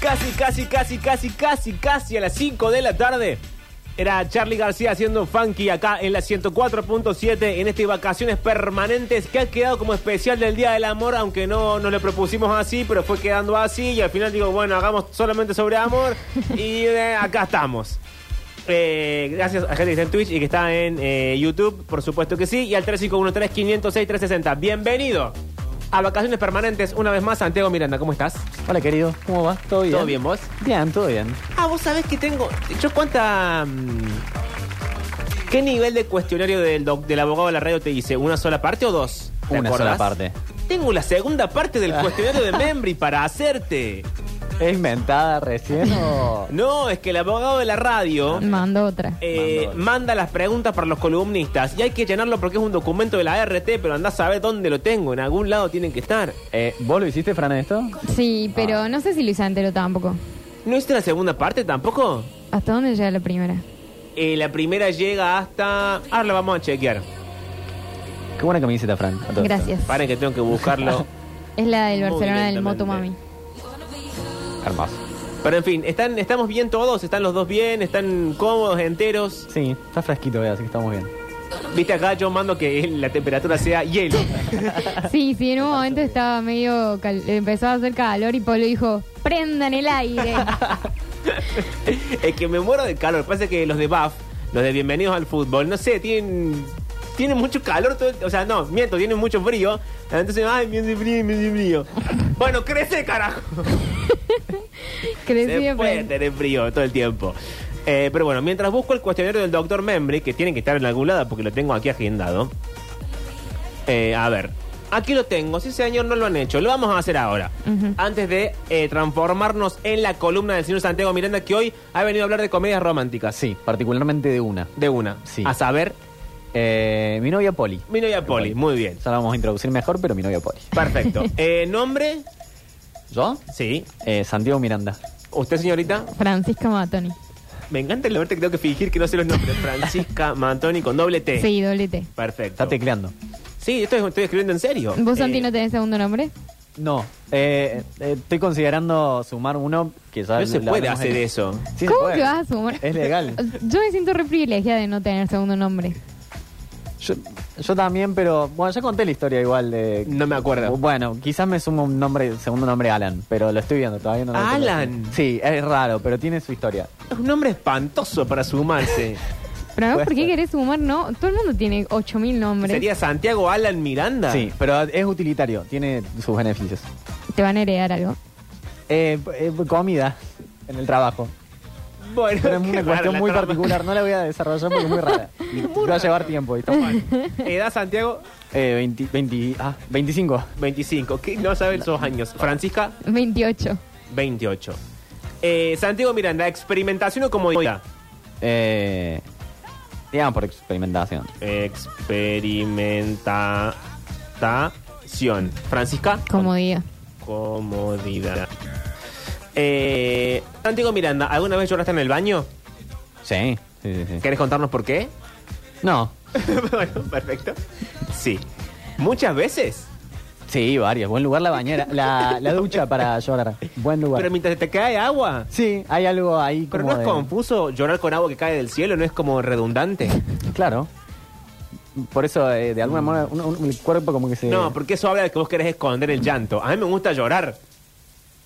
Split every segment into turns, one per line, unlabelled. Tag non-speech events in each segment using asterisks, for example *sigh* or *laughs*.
casi, casi, casi, casi, casi, casi a las 5 de la tarde. Era Charlie García haciendo funky acá en la 104.7 en este Vacaciones Permanentes que ha quedado como especial del Día del Amor, aunque no nos lo propusimos así, pero fue quedando así y al final digo, bueno, hagamos solamente sobre amor y eh, acá estamos. Eh, gracias a gente que está en Twitch y que está en eh, YouTube, por supuesto que sí, y al 3513-506-360. Bienvenido a Vacaciones Permanentes una vez más, Santiago Miranda, ¿cómo estás?
Hola querido, ¿cómo va? ¿Todo bien?
¿Todo bien vos?
Bien, todo bien.
Ah, vos sabés que tengo. Yo cuánta. mm, ¿Qué nivel de cuestionario del, doc- del abogado de la radio te hice? ¿Una sola parte o dos? ¿Te
Una
acordás?
sola parte. Ah.
Tengo la segunda parte del cuestionario de Membri para hacerte.
¿Es inventada
*laughs*
recién o...?
No, es que el abogado de la radio.
Mando otra.
eh,
Ah, Mandó.
manda las preguntas para los columnistas y hay que llenarlo porque es un documento de la RT, pero andás a saber dónde lo tengo, en algún lado tienen que estar.
Eh, ¿Vos lo hiciste, Fran, esto?
Sí, pero
Ah.
no sé si lo hice entero tampoco.
¿No hiciste la segunda parte tampoco?
¿Hasta dónde llega la primera?
Eh, la primera llega hasta... Ahora la vamos a chequear.
Qué buena camiseta, Fran. a todo esto.
Gracias.
Paren que tengo que
*laughs*
buscarlo.
Es la del
Muy
Barcelona del
lentamente.
Moto Mami.
Hermoso.
Pero en fin, están, estamos bien todos, están los dos bien, están cómodos, enteros.
Sí, está fresquito, vea, así que estamos bien.
Viste acá, yo mando que *laughs* la temperatura sea hielo.
Sí, sí, en un momento estaba medio. cal- empezó a hacer calor y Pablo dijo: prendan el
*laughs*
aire.
es que me muero de calor. Pasa que los de Buff, los de Bienvenidos al Fútbol, no sé, tienen, tienen mucho calor. todo el- o sea, no, miento, tienen mucho frío. Entonces, ay, me hace frío, me hace frío. Bueno, crece, carajo.
Crecí
Se
de
puede
frente.
tener frío todo el tiempo. Eh, pero bueno, mientras busco el cuestionario del doctor Membre, que tiene que estar en algún lado porque lo tengo aquí agendado. Eh, a ver, aquí lo tengo. Sí, señor, no lo han hecho. Lo vamos a hacer ahora.
Ujú.
Antes de eh, transformarnos en la columna del señor Santiago Miranda, que hoy ha venido a hablar de comedias románticas.
Ah, Sí, particularmente de una.
De una.
Sí.
A saber,
Eh, mi novia Poli.
mi novia Poli. Muy bien.
Ya la vamos a introducir mejor, pero mi novia Poli.
Perfecto. Eh, nombre,
¿Yo?
sí.
Eh, Santiago Miranda.
Usted, señorita,
Francisca Matoni.
me encanta el nombre que tengo que fingir que no sé los
*laughs*
nombres. Francisca Mantoni con doble T.
Sí, doble T.
Perfecto.
Está tecleando.
Sí, esto es- estoy escribiendo en serio.
¿Vos,
Eh,
Santi, no tenés segundo nombre?
No, eh, eh, estoy considerando sumar uno que ya...
No se
lo
puede
hablamos
hacer
en-
eso.
Sí, se
¿Cómo
puede.
que vas a sumar?
Es legal.
*laughs* Yo me siento re privilegiada de no tener segundo nombre.
Yo, yo también, pero bueno, ya conté la historia igual de...
No me acuerdo.
Uh, Bueno, quizás me sumo un nombre, segundo nombre Alan, pero lo estoy viendo todavía no. lo tengo.
Alan.
Sí, es raro, pero tiene su historia.
Es un nombre espantoso para sumarse.
Pero además,
Puede
¿por qué
ser.
querés sumar? No, todo el mundo tiene 8000 nombres.
¿Sería Santiago Alan Miranda?
Sí, pero es utilitario, tiene sus beneficios.
Te van a heredar algo.
Eh, eh, comida en
*laughs*
el trabajo.
Bueno,
Pero es
qué
una
raro
cuestión
la
muy
trama.
particular, no la voy a desarrollar porque es
*laughs*
muy rara. Va a llevar tiempo. Y está mal.
Edad Santiago,
eh, 20, 20 ah, 25.
25. ¿Qué? No sabe esos años. Francisca,
28.
28. Eh, Santiago Miranda, experimentación o comodidad.
Eh, digamos por experimentación.
Experimentación. Francisca,
Comodidad.
comodidad. Eh, Santiago Miranda, ¿alguna vez lloraste en el baño?
Sí, sí, sí. sí.
¿Querés contarnos por
*laughs*
qué?
No,
bueno, perfecto. Sí. Muchas veces.
sí, varios. Buen lugar la bañera, la, la ducha
*laughs*
para llorar. Buen lugar.
Pero mientras te cae agua.
Sí, hay algo ahí
Pero
como
no es
de-
confuso llorar con agua que cae del cielo, no es como redundante.
Claro. Por eso, eh, de alguna manera, un- un- el cuerpo como que se...
No, porque eso habla de que vos querés esconder el llanto. A mí me gusta llorar.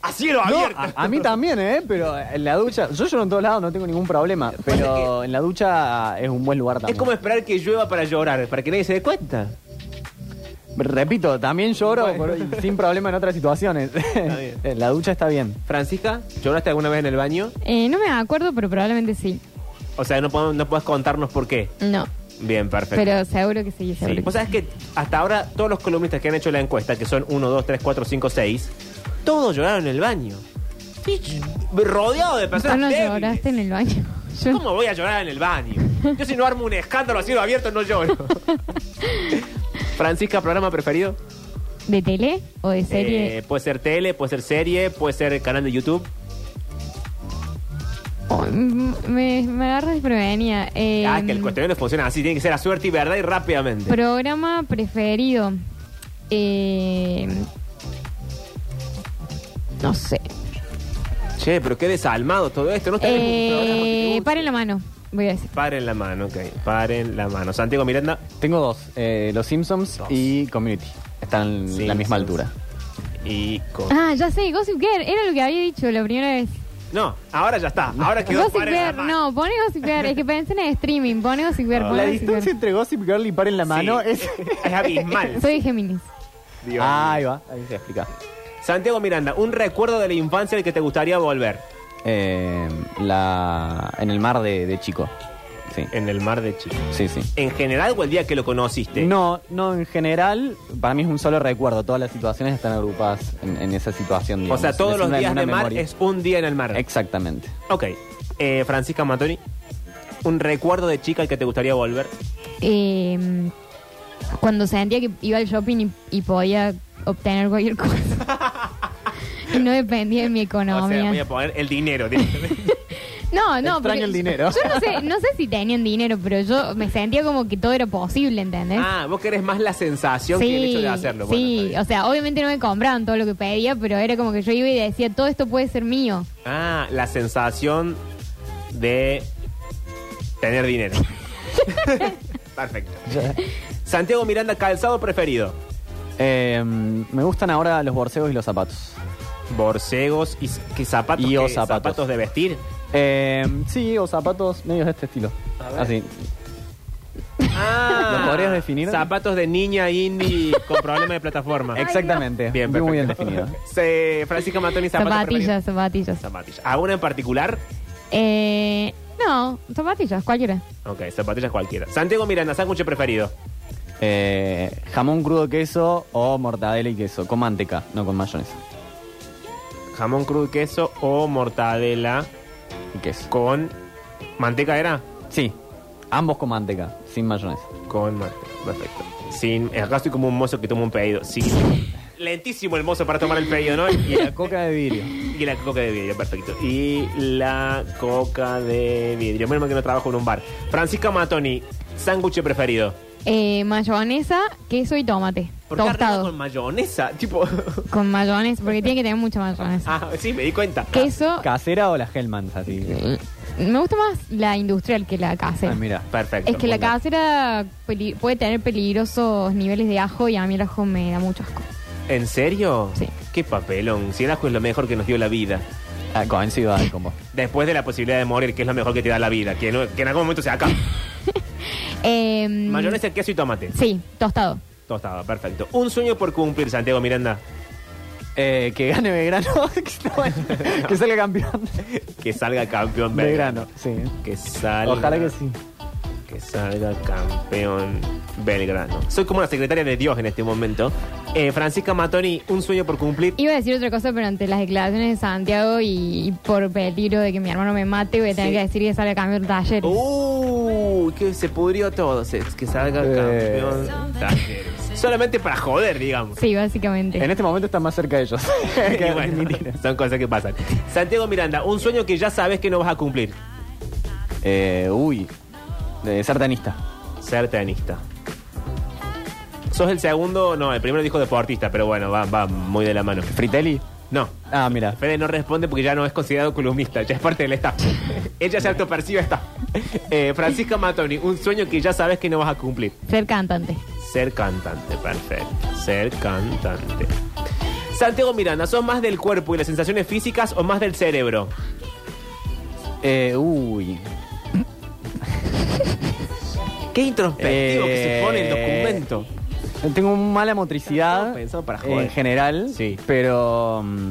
A cielo
No,
abierto.
a, a mí también, ¿eh? Pero en la ducha... Yo lloro en todos lados, no tengo ningún problema. Pero en la ducha ah, es un buen lugar
Es
también.
como esperar que llueva para llorar, para que nadie se dé cuenta.
Repito, también lloro por- sin problema en otras situaciones.
bien.
*laughs* En la ducha está bien.
Francisca, ¿lloraste alguna vez en el baño?
Eh, no me acuerdo, pero probablemente sí.
O sea, no, podemos- no puedes contarnos por qué.
No.
Bien, perfecto.
Pero seguro que sí. seguro
Sí.
que
Vos
sí.
sabés que hasta ahora todos los columnistas que han hecho la encuesta, que son 1, 2, 3, 4, 5, 6, todos lloraron en el baño. Y Rodeado de
¿Vos
personas
no
débiles.
lloraste en el baño? *laughs* Yo-
¿Cómo voy a llorar en el baño? Yo si no armo un escándalo a cielo abierto no
*laughs*
lloro. Francisca, ¿programa preferido?
¿De tele o de serie?
Eh, puede ser tele, puede ser serie, puede ser canal de YouTube.
Oh, mm, me, me agarras desprevenida. Eh,
ah, es que el cuestionario funciona así, tiene que ser a suerte y verdad y rápidamente.
Programa preferido. Eh, no sé.
Che, pero qué desalmado todo esto. No está bien, porque trabajas con
Eh,
Tiburcio.
paren la mano, voy a decir.
Paren la mano, ok. Paren la mano. Santiago Miranda.
Tengo dos, eh, Los Simpsons
Dos.
y Community. Están en la
Simpsons.
misma altura.
Y con-
Ah, ya sé, Gossip Girl, era lo que había dicho la primera vez.
No, ahora ya está. Ahora quedó
Gossip
paren la
Girl,
mano.
no, pone Gossip Girl, es que pensé en el streaming, pone Gossip Girl,
Ah.
pone
La
Gossip Girl.
distancia entre Gossip Girl y Par en la
Sí.
Mano es...
Es
*laughs*
abismal.
Soy Géminis.
*laughs* Dios
Ah, ahí va, ahí se explica.
Santiago Miranda, un recuerdo de la infancia al que te gustaría volver.
Eh, la, en el mar de, de Chico. Sí,
En el mar de Chile.
sí, sí.
¿En general o el día que lo conociste?
No, no, en general, para mí es un solo recuerdo. Todas las situaciones están agrupadas en, en esa situación.
O
digamos.
sea, todos
Es
los
una-
días
una
de mar
memoria.
es un día en el mar.
Exactamente.
ok. Eh, Francisca Matori, un recuerdo de chica al que te gustaría volver.
Eh, cuando sentía que iba al shopping y, y podía obtener cualquier *laughs* cosa. y no dependía de mi
O sea,
economía.
voy a poner el dinero.
*laughs*
directamente.
¿Eh? no, no,
Extraño
porque
el dinero.
Yo no sé, no sé si tenían dinero, pero yo me sentía como que todo era posible, ¿entendés?
ah, vos querés más la sensación que el hecho de hacerlo. Bueno, está
sí,
bien.
o sea, obviamente no me compraban todo lo que pedía, pero era como que yo iba y decía, todo esto puede ser mío.
Ah, la sensación de tener *laughs* dinero. Perfecto. Santiago Miranda, calzado preferido.
Eh, me gustan ahora los borseos y los zapatos.
Borcegos y s- ¿qué zapatos,
Y o
qué?
zapatos.
de
*laughs*
vestir.
Eh, sí, o zapatos medios de este estilo.
A ver.
Así.
Ah,
¿Lo podrías definir?
Zapatos de niña indie con problema de plataforma.
Ay,
Exactamente.
Bien,
muy bien
perfecto.
definido.
*laughs* Se- Francisca Matoni, zapatos preferidos.
Zapatillas, zapatillas.
Zapatillas. ¿Alguna en particular?
Eh, no, zapatillas, cualquiera.
Ok, zapatillas cualquiera. Santiago Miranda, sándwich preferido.
Eh, jamón crudo queso o mortadela y queso. Con manteca, no con mayonesa.
Jamón crudo, queso o mortadela
Y queso.
con manteca era.
Sí. Ambos con manteca, sin mayonesa.
Con manteca. Perfecto. Sin, eh, acá estoy como un mozo que toma un pedido. Sí. Lentísimo el mozo para tomar el pedido, ¿no? Y la, co-
Coca de vidrio.
y la coca de vidrio, perfecto. Y la coca de vidrio. Menos mal que no trabajo en un bar. Francisca Matoni, sándwich preferido.
Eh, mayonesa, queso y tomate.
¿Por qué arriba
Tostado.
con mayonesa? *laughs* Tipo.
Con mayonesa, porque tiene que tener mucha mayonesa.
ah, sí, me di cuenta.
Queso,
¿Casera o las Hellmans? Así.
me gusta más la industrial que la
Ah,
casera.
mira.
Perfecto.
es que la
Bueno.
casera peli- puede tener peligrosos niveles de ajo y a mí el ajo me da mucho asco.
¿En serio?
Sí.
Qué papelón. Si el ajo es lo mejor que nos dio la vida.
Ah, coincido ahí con vos.
Después de la posibilidad de morir, que es lo mejor que te da la vida. Que, no- que en algún momento se acaba.
Eh,
Mm.
Mayonesa, queso y tomate.
Sí, tostado.
Tostado, perfecto. Un sueño por cumplir, Santiago Miranda.
Eh, que gane Belgrano. *laughs* que- que salga campeón.
Que salga campeón
Belgrano,
Belgrano.
sí.
Que salga.
Ojalá que sí.
Que salga campeón Belgrano. Soy como la secretaria de Dios en este momento. Eh, Francisca Matoni, un sueño por cumplir.
Iba a decir otra cosa, pero ante las declaraciones de Santiago y, y por peligro de que mi hermano me mate, voy a tener
Sí.
que decir que sale a cambiar talleres.
Uh, que se pudrió todo. se- Que salga
Eh.
campeón Talleres. Solamente para joder,
*laughs*
digamos.
Sí, básicamente.
En este momento están más cerca de ellos.
*laughs* Y bueno, son cosas que pasan. Santiago Miranda, un sueño que ya sabes que no vas a cumplir.
Eh, uy, de ser tenista.
Ser tenista. Sos el segundo, no, el primero dijo deportista, pero bueno, va, va muy de la mano.
¿Fritelli?
No,
Ah, mira.
Fede no responde porque ya no es considerado columnista, ya es parte del staff. *laughs* Ella se autopercibe staff. Eh, Francisca Matoni, un sueño que ya sabes que no vas a cumplir.
e-
Ser cantante.
Ser cantante, perfecto. Ser cantante. Santiago Miranda, ¿sos más del cuerpo y las sensaciones físicas o más del cerebro?
Eh, uy.
Qué introspectivo que se
Eh,
pone el documento.
Tengo mala
Todo
motricidad
pensado para joder.
en general,
Sí.
pero... mm,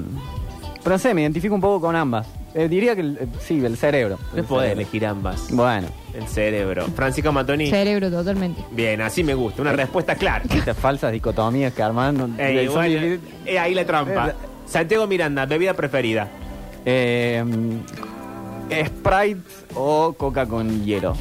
Pero no sé, me identifico un poco con ambas. Eh, diría que, el- eh, sí, el cerebro.
No
El
podés
cerebro.
elegir ambas.
Bueno,
El cerebro. Francisca Matoni.
Cerebro, totalmente.
Bien, así me gusta. Una respuesta
*laughs*
clara.
estas falsas dicotomías que arman... no-
Eh,
son
igual,
difíciles.
eh, ahí la trampa.
Eh,
Santiago Miranda, bebida preferida.
Eh, mm, Sprite o coca con hielo.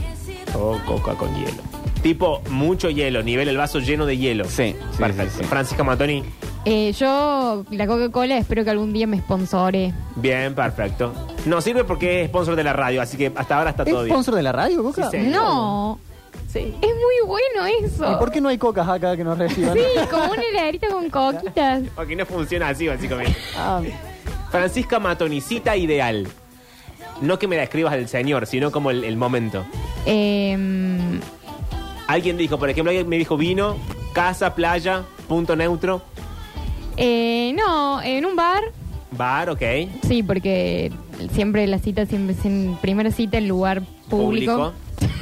Oh,
O coca con hielo. Tipo, mucho hielo. Nivel el vaso lleno de hielo.
Sí, sí,
Perfecto.
sí, sí.
Francisca Matoni.
Eh, yo, la Coca-Cola, espero que algún día me sponsore.
Bien, perfecto. No sirve porque es sponsor de la radio, así que hasta ahora está
¿Es
todo bien.
sponsor de la radio, Coca?
Sí, señor.
No,
Sí.
es muy bueno
¿Y
eso.
por qué no hay cocas acá que nos
*laughs*
reciban?
Sí, como una heladerita con coquitas.
Porque no funciona así, básicamente.
Ah,
Francisca Matonicita ideal. No que me describas al señor, sino como el, el momento.
Em,
Alguien dijo, por ejemplo, alguien me dijo vino, casa, playa, punto neutro,
eh, no, en un bar,
bar, ok.
sí, porque siempre la cita, siempre es en primera cita, en lugar público.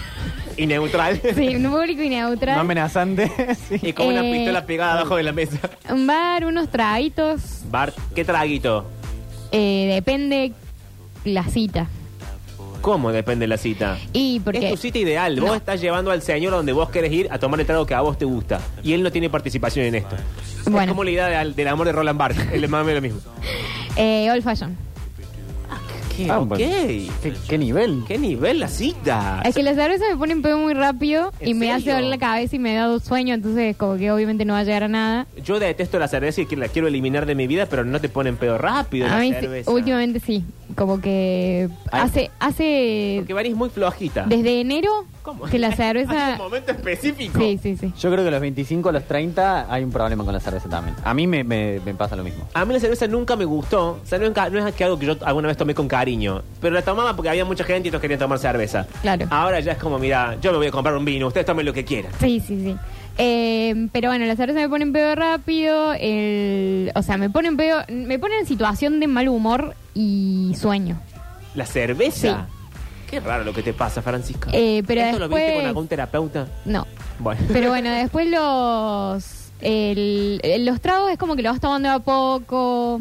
*laughs* y neutral.
*laughs* Sí, en público y
No
neutral.
amenazante. *laughs* sí.
*laughs* y con una
Eh,
pistola pegada abajo de la mesa.
un bar, unos traguitos,
Bar, ¿qué traguito?
eh, depende la cita.
¿Cómo depende la cita?
Y porque...
Es tu cita ideal. Vos estás llevando al señor donde vos querés ir a tomar el trago que a vos te gusta. Y él no tiene participación en esto. Es
Bueno.
como la idea de- del amor de Roland Barthes. Él es más o menos lo mismo.
Eh, old fashion.
¿Qué?
Ah,
ok.
bueno. ¿Qué, qué nivel?
¿Qué nivel la cita?
Es que la cerveza me pone en pedo muy rápido y
Ah, ¿En
me hace
serio?
doler la cabeza y me da dos sueños, entonces como que obviamente no va a llegar a nada.
Yo detesto la cerveza y que la quiero eliminar de mi vida, pero no te ponen pedo rápido.
A
la
mí sí,
cerveza.
últimamente sí, como que
Ay.
hace hace
Porque Bari es muy flojita.
desde enero
¿Cómo? *laughs*
que la
Hay
cerveza
un momento específico.
Sí, sí, sí.
Yo creo que a los 25, a los 30 hay un problema con la cerveza también. A mí me, me- me pasa lo mismo.
A mí la cerveza nunca me gustó. O sea, nunca- no es que algo que yo alguna vez tomé con cariño. Pero la tomaba porque había mucha gente y todos querían tomar cerveza.
Claro.
Ahora ya es como, mira, yo me voy a comprar un vino. Ustedes tomen lo que quieran.
Sí, sí, sí. Eh, pero bueno, la cerveza me pone en pedo rápido, el, o sea, me pone en pedo, me pone en situación de mal humor y sueño.
¿La cerveza? Qué raro lo que te pasa, Francisca.
Eh, pero
¿Esto lo viste
después-
con algún terapeuta?
No,
Bueno.
Pero bueno, después los el- el- los tragos es como que lo vas tomando a poco.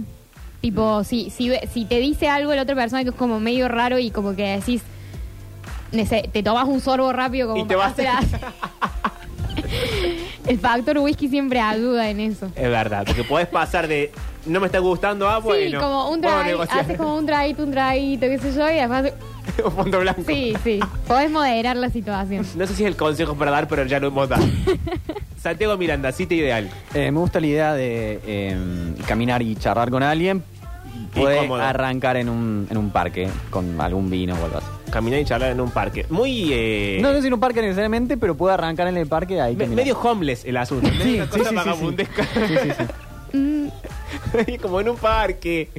Tipo, si, si, ve- si te dice algo la otra persona que es como medio raro y como que decís, no sé, te tomas un sorbo rápido como
Y te
para
vas- *laughs*
hacer- El factor whisky siempre ayuda en eso.
*laughs* Es verdad, porque podés pasar de no me está gustando a bueno.
sí, como un
vamos a
traguito,
negociar.
haces como un traguito, un traguito, qué sé yo, y después...
*laughs* Un fondo blanco.
Sí, sí, podés moderar la situación.
No sé si es el consejo para dar, pero ya lo hemos dado.
*laughs*
Santiago Miranda, cita ideal.
Eh, me gusta la idea de em, caminar y charlar con alguien. Puede
Incómodo.
arrancar en un, en un parque con algún vino o algo así.
Caminar y charlar en un parque. Muy. eh,
No, no es en un parque necesariamente, pero puede arrancar en el parque ahí.
me-
caminar.
medio homeless el asunto. medio
Sí,
una
sí,
cosa
sí, sí, sí.
vagabundesca.
Sí, sí, sí.
Mm,
*laughs* Y como en un parque,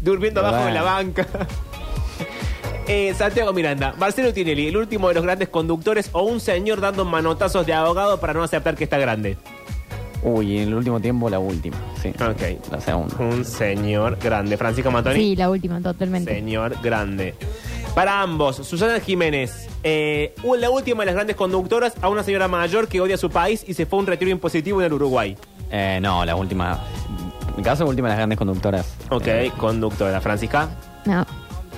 durmiendo
Pero
abajo de
bueno.
la banca. *laughs* Eh, Santiago Miranda, Marcelo Tinelli, el último de los grandes conductores o un señor dando manotazos de abogado para no aceptar que está grande.
Uy, en el último tiempo la última. Sí.
Ok.
La segunda.
Un señor grande. Francisco Matoni.
sí, la última, totalmente.
Señor grande. Para ambos, Susana Jiménez, eh, u- la última de las grandes conductoras a una señora mayor que odia su país y se fue a un retiro impositivo en el Uruguay.
Eh, no, la última. En mi caso, última de las grandes conductoras.
Ok,
Eh,
conductora. Francisca,
No,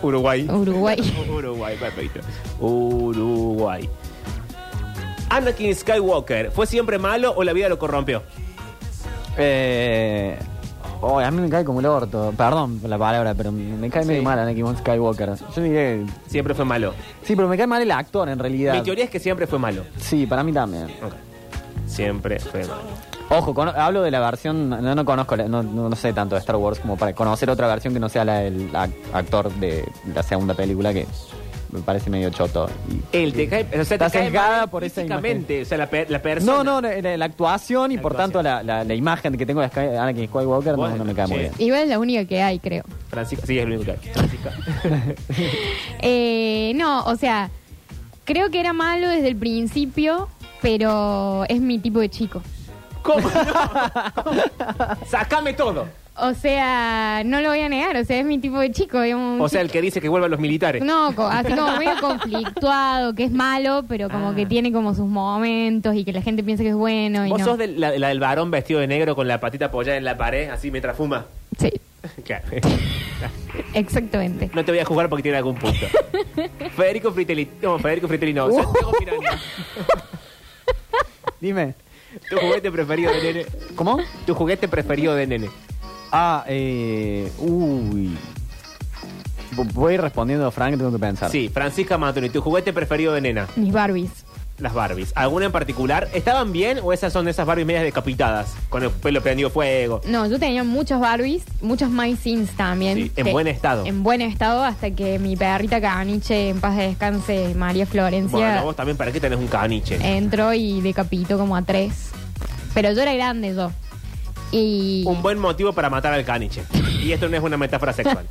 Uruguay.
Uruguay.
*laughs* Uruguay, perfecto. Uruguay. Anakin Skywalker, ¿fue siempre malo o la vida lo corrompió?
Eh, oh, a mí me cae como el orto. Perdón por la palabra, pero me cae medio mal Anakin Skywalker. Yo diré.
Siempre fue malo.
Sí, pero me cae mal el actor en realidad.
Mi teoría es que siempre fue malo.
Sí, para mí también.
Ok. Siempre fue malo.
Ojo, cono- hablo de la versión. No, no conozco, la- no, no- no sé tanto de Star Wars como para conocer otra versión que no sea la del ac- actor de la segunda película que me parece medio choto. Y-
Él te cae, o sea, te
Está
cae
sesgada
mal
por esa
físicamente, o sea, la, pe- la persona.
No, no, la, la- la actuación y
La
por
actuación.
tanto la, la- la imagen que tengo de Sky- Anakin Skywalker no- no, me cae muy
Bueno,
bien.
sí.
Igual es la única que hay, creo.
Francisca, sí, es el único que hay. Francisca.
*laughs* Eh, no, o sea, creo que era malo desde el principio, pero es mi tipo de chico.
*laughs*
¿Cómo? no? Sácame todo.
O sea, no lo voy a negar, o sea, es mi tipo de chico. es un
O sea, el que dice que vuelvan los militares.
chico- No, co- así como medio conflictuado, que es malo, pero como que tiene como sus momentos y que la gente piensa que es bueno. Y
Ah. Vos
no.
sos de la, la del varón vestido de negro con la patita apoyada en la pared, así mientras fuma.
Sí,
Claro.
exactamente.
No te voy a jugar porque tiene algún punto. Federico Fritelli. No, Federico Fritelli no. Santiago Miranda.
Dime,
*laughs* Tu juguete preferido de nene.
¿cómo?
Tu juguete preferido de nene.
Ah, eh. Uy. V- Voy respondiendo, Frank, tengo que pensar.
Sí, Francisca Matoni. Tu juguete preferido de nena.
Mis Barbies.
Las Barbies. ¿Alguna en particular? ¿Estaban bien o esas son de esas Barbies medias decapitadas? Con el pelo prendido fuego.
No, yo tenía muchos Barbies, muchos My Sims también.
Sí, en
Que-
buen estado.
En buen estado hasta que mi perrita caniche, en paz descanse, María Florencia,
Bueno, vos también, ¿para qué tenés un caniche?
entró y decapitó como a tres. Pero yo era grande yo. Y
Un buen motivo para matar al caniche. Y esto no es una metáfora sexual.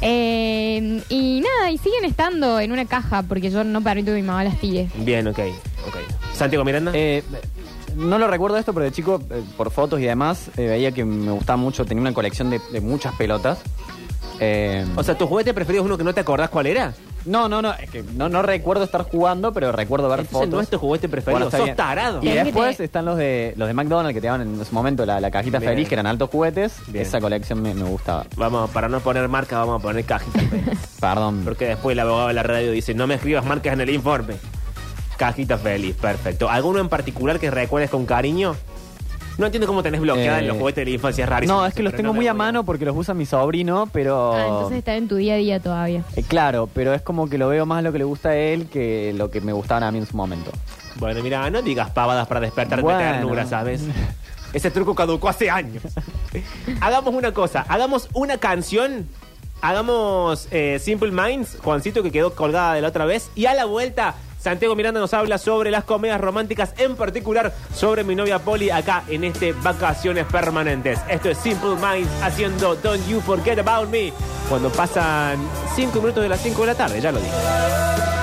Eh, y nada, y siguen estando en una caja porque yo no permito que mi mamá las tire.
Bien, ok, ok. Santiago Miranda.
Eh, no lo recuerdo esto, pero de chico, eh, por fotos y demás, eh, veía que me gustaba mucho, tenía una colección de, de muchas pelotas. Eh,
o sea, tu juguete preferido es uno que no te acordás cuál era. Este
no, no, no, es que no, no recuerdo estar jugando, pero recuerdo ver
Entonces
fotos.
no es tu juguete preferido,
está
sos
bien.
tarado.
Y
Tenés que
después
te-
están los de los de McDonald's que te daban en su momento la, la cajita
Bien.
feliz, que eran altos juguetes.
Bien.
Esa colección me, me gustaba.
Vamos, para no poner marca, vamos a poner cajita. *laughs* feliz.
Perdón.
Porque después el abogado de la radio dice, no me escribas marcas en el informe. Cajita feliz, perfecto. ¿Alguno en particular que recuerdes con cariño? No entiendo cómo tenés bloqueada
Eh,
en los juguetes de la infancia, es rarísimo.
no, es que los
pero
tengo
no
muy a
recuerdo.
mano porque los usa mi sobrino, pero...
Ah, entonces está en tu día a día todavía.
Eh, claro, pero es como que lo veo más lo que le gusta a él que lo que me gustaban a mí en su momento.
Bueno, mira, no digas pavadas para despertar
Bueno.
de ternura, ¿sabes? Ese truco caducó hace años. hagamos una cosa, hagamos una canción, hagamos eh, Simple Minds, Juancito que quedó colgada de la otra vez, y a la vuelta Santiago Miranda nos habla sobre las comedias románticas, en particular sobre mi novia Polly acá en este Vacaciones Permanentes. Esto es Simple Minds haciendo Don't You Forget About Me cuando pasan 5 minutos de las 5 de la tarde, ya lo dije.